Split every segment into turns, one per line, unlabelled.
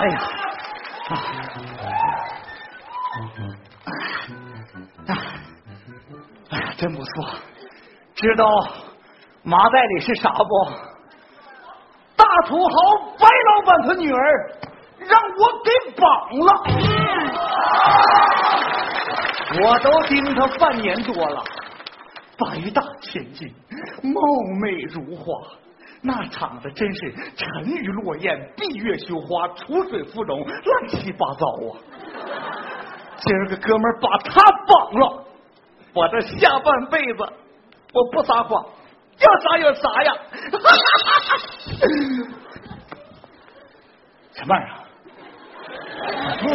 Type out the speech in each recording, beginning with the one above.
哎呀，啊啊哎呀，真不错，知道麻袋里是啥不？大土豪白老板他女儿让我给绑了，我都盯他半年多了。白大千金，貌美如花，那场子真是沉鱼落雁、闭月羞花、楚水芙蓉，乱七八糟啊！今儿个哥们儿把他绑了，我这下半辈子我不撒谎，要啥有啥呀！ 什么玩意儿啊？不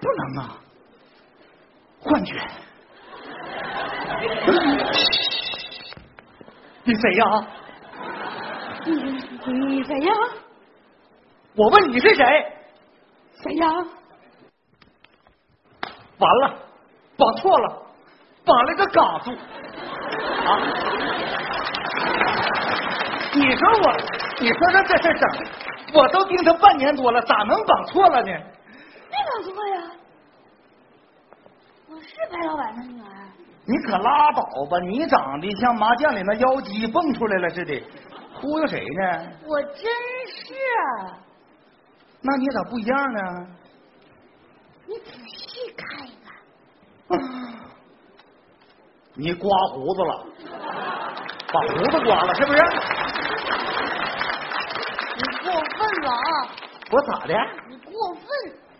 不能啊！幻觉。你谁呀？
你你谁呀？
我问你是谁？
谁呀？
完了，绑错了，绑了个嘎子。啊！你说我，你说说这事儿整的，我都盯他半年多了，咋能绑错了呢？
没搞错呀，我是白老板的女儿。
你可拉倒吧！你长得像麻将里那妖姬蹦出来了似的，忽悠谁呢？
我真是，啊
那你咋不一样呢？
你仔细看一看，啊
你刮胡子了，把胡子刮了是不是？
你过分了啊！
我咋的？
你过分！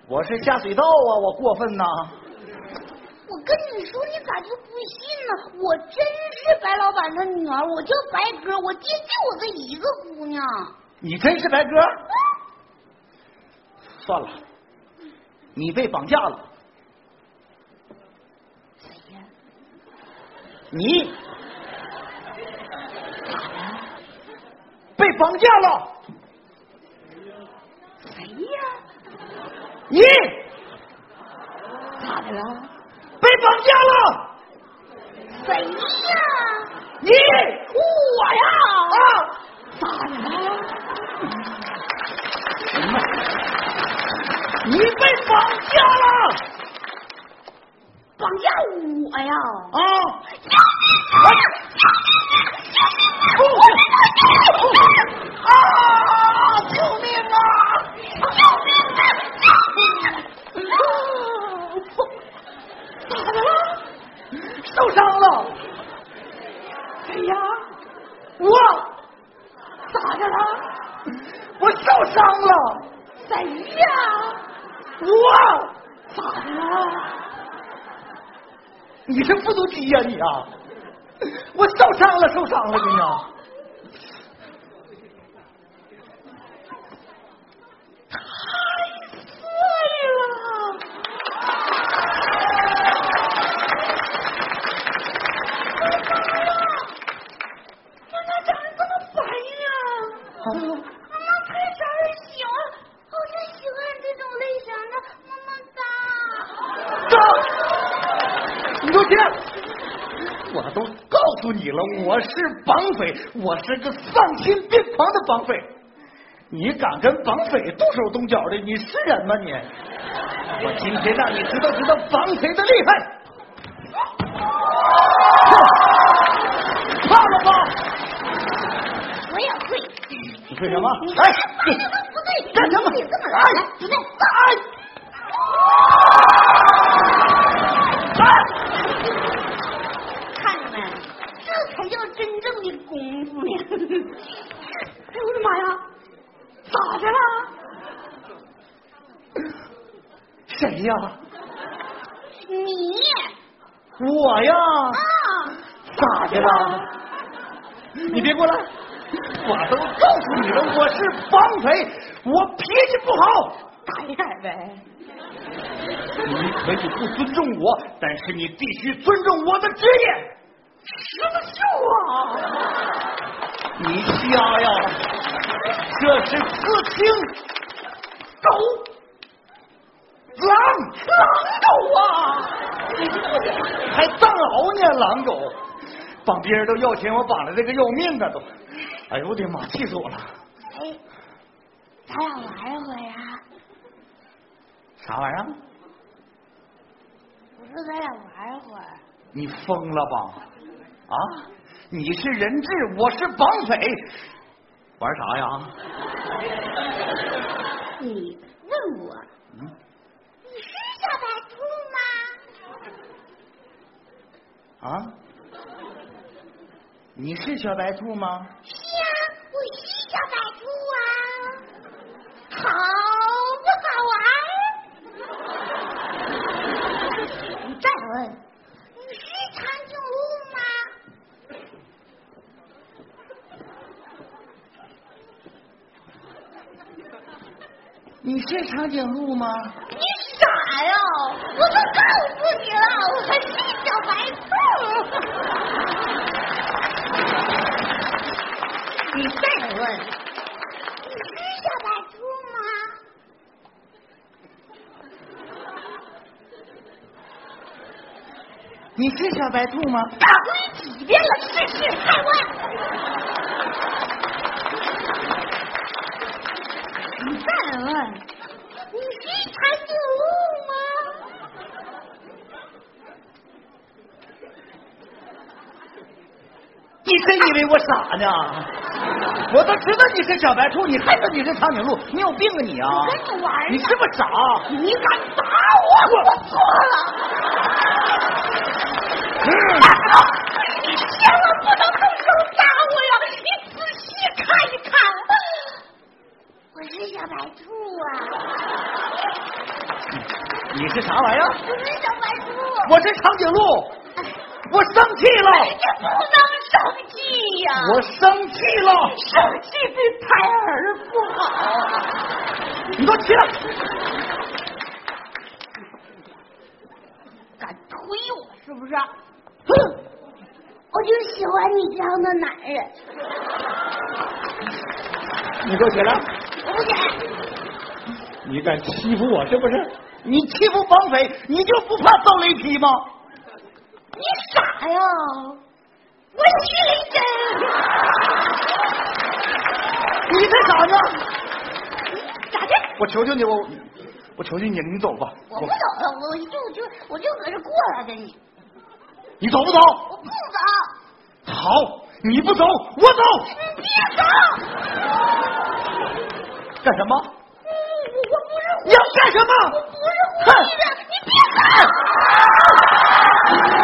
我是下水道啊！我过分呐、
我跟你说，你咋就不信呢？我真是白老板的女儿，我叫白鸽，我爹就我这一个姑娘。
你真是白鸽？算了，你被绑架了。
谁呀？
你被绑架了，
谁呀？
你
咋的了？
被绑架了，
谁呀？
你
我呀！
啊！
咋的了？
你被绑架了
绑架我呀！
啊！
啊！救命啊！救命啊！救命啊！咋的了？
受伤了，哎
谁呀？
我
咋的了？
我受伤了，
谁呀？
我
咋的了？
你这复读机呀你啊！我受伤了，受伤了你啊！
对了，妈妈长得这么白呀？妈妈太招人喜欢，我就喜欢这种类型的，
走，你给
么么哒。
我进来！我都告诉你了，我是绑匪，我是个丧心病狂的绑匪。你敢跟绑匪动手动脚的，你是人吗你？我今天让你知道知道绑匪的厉害。 哼怕了吧？
我也会。
你会什么？
哎
哎，，
不对，
干什么？
你这么来，
哎
不对，看见没？这才叫真正的功夫呢！哎呦我的妈呀，咋的了？
谁呀？
你
我呀？
啊，
咋的了？你别过来！我都告诉你了，我是绑匪，我脾气不好。
打一点呗。
你可以不尊重我，但是你必须尊重我的职业。
什么秀啊？
你瞎呀？这是刺青，狗，狼，
狗啊！
还藏獒呢，狼狗，绑别人都要钱，我绑了这个要命啊都。哎呦我的妈，气死我了！
哎，咱俩玩一会儿啊！
啥玩意儿？
我说咱俩玩一会儿。
你疯了吧？啊，你是人质，我是绑匪，玩啥呀？
你问我，
嗯，
你是小白兔吗？
啊？你是小白兔吗？
是啊，我是小白兔啊，好不好玩？你再问，你是长颈鹿吗？
你是长颈鹿吗？
你傻呀！我都告诉你了，我是小白兔。你再问，你是小白兔吗？
你是小白兔吗？
打过你几遍了，试试害问。你再问，你是长颈鹿吗？
你真以为我傻呢？我都知道你是小白兔，你还说你是长颈鹿，你有病啊你啊！
我跟你玩
你
呢，
是不是傻？
你敢打我？我错了，
嗯
你千万不能动手打我呀！你仔细看一看，我是小白兔啊，
你是啥玩意儿？
我是小白兔。
我是长颈鹿，我生气了，
你不能生气呀、
我生气了，
生气对胎儿不好啊！
你给我起来！
敢推我是不是？我就喜欢你这样的男人。
你给我起来！
我不敢，
你敢欺负我是不是？你欺负绑匪，你就不怕遭雷劈吗？
你傻呀！我是雷针，
你个傻子！
咋的？
我求求你，我我求求你，你走吧。
我不走了，我就就我就搁这过了跟你，
你走不走？
我不走，
好，你不走，我走。
你别走，
干什么？
嗯我
你要干什么？
我不是我不是故意的，你别走。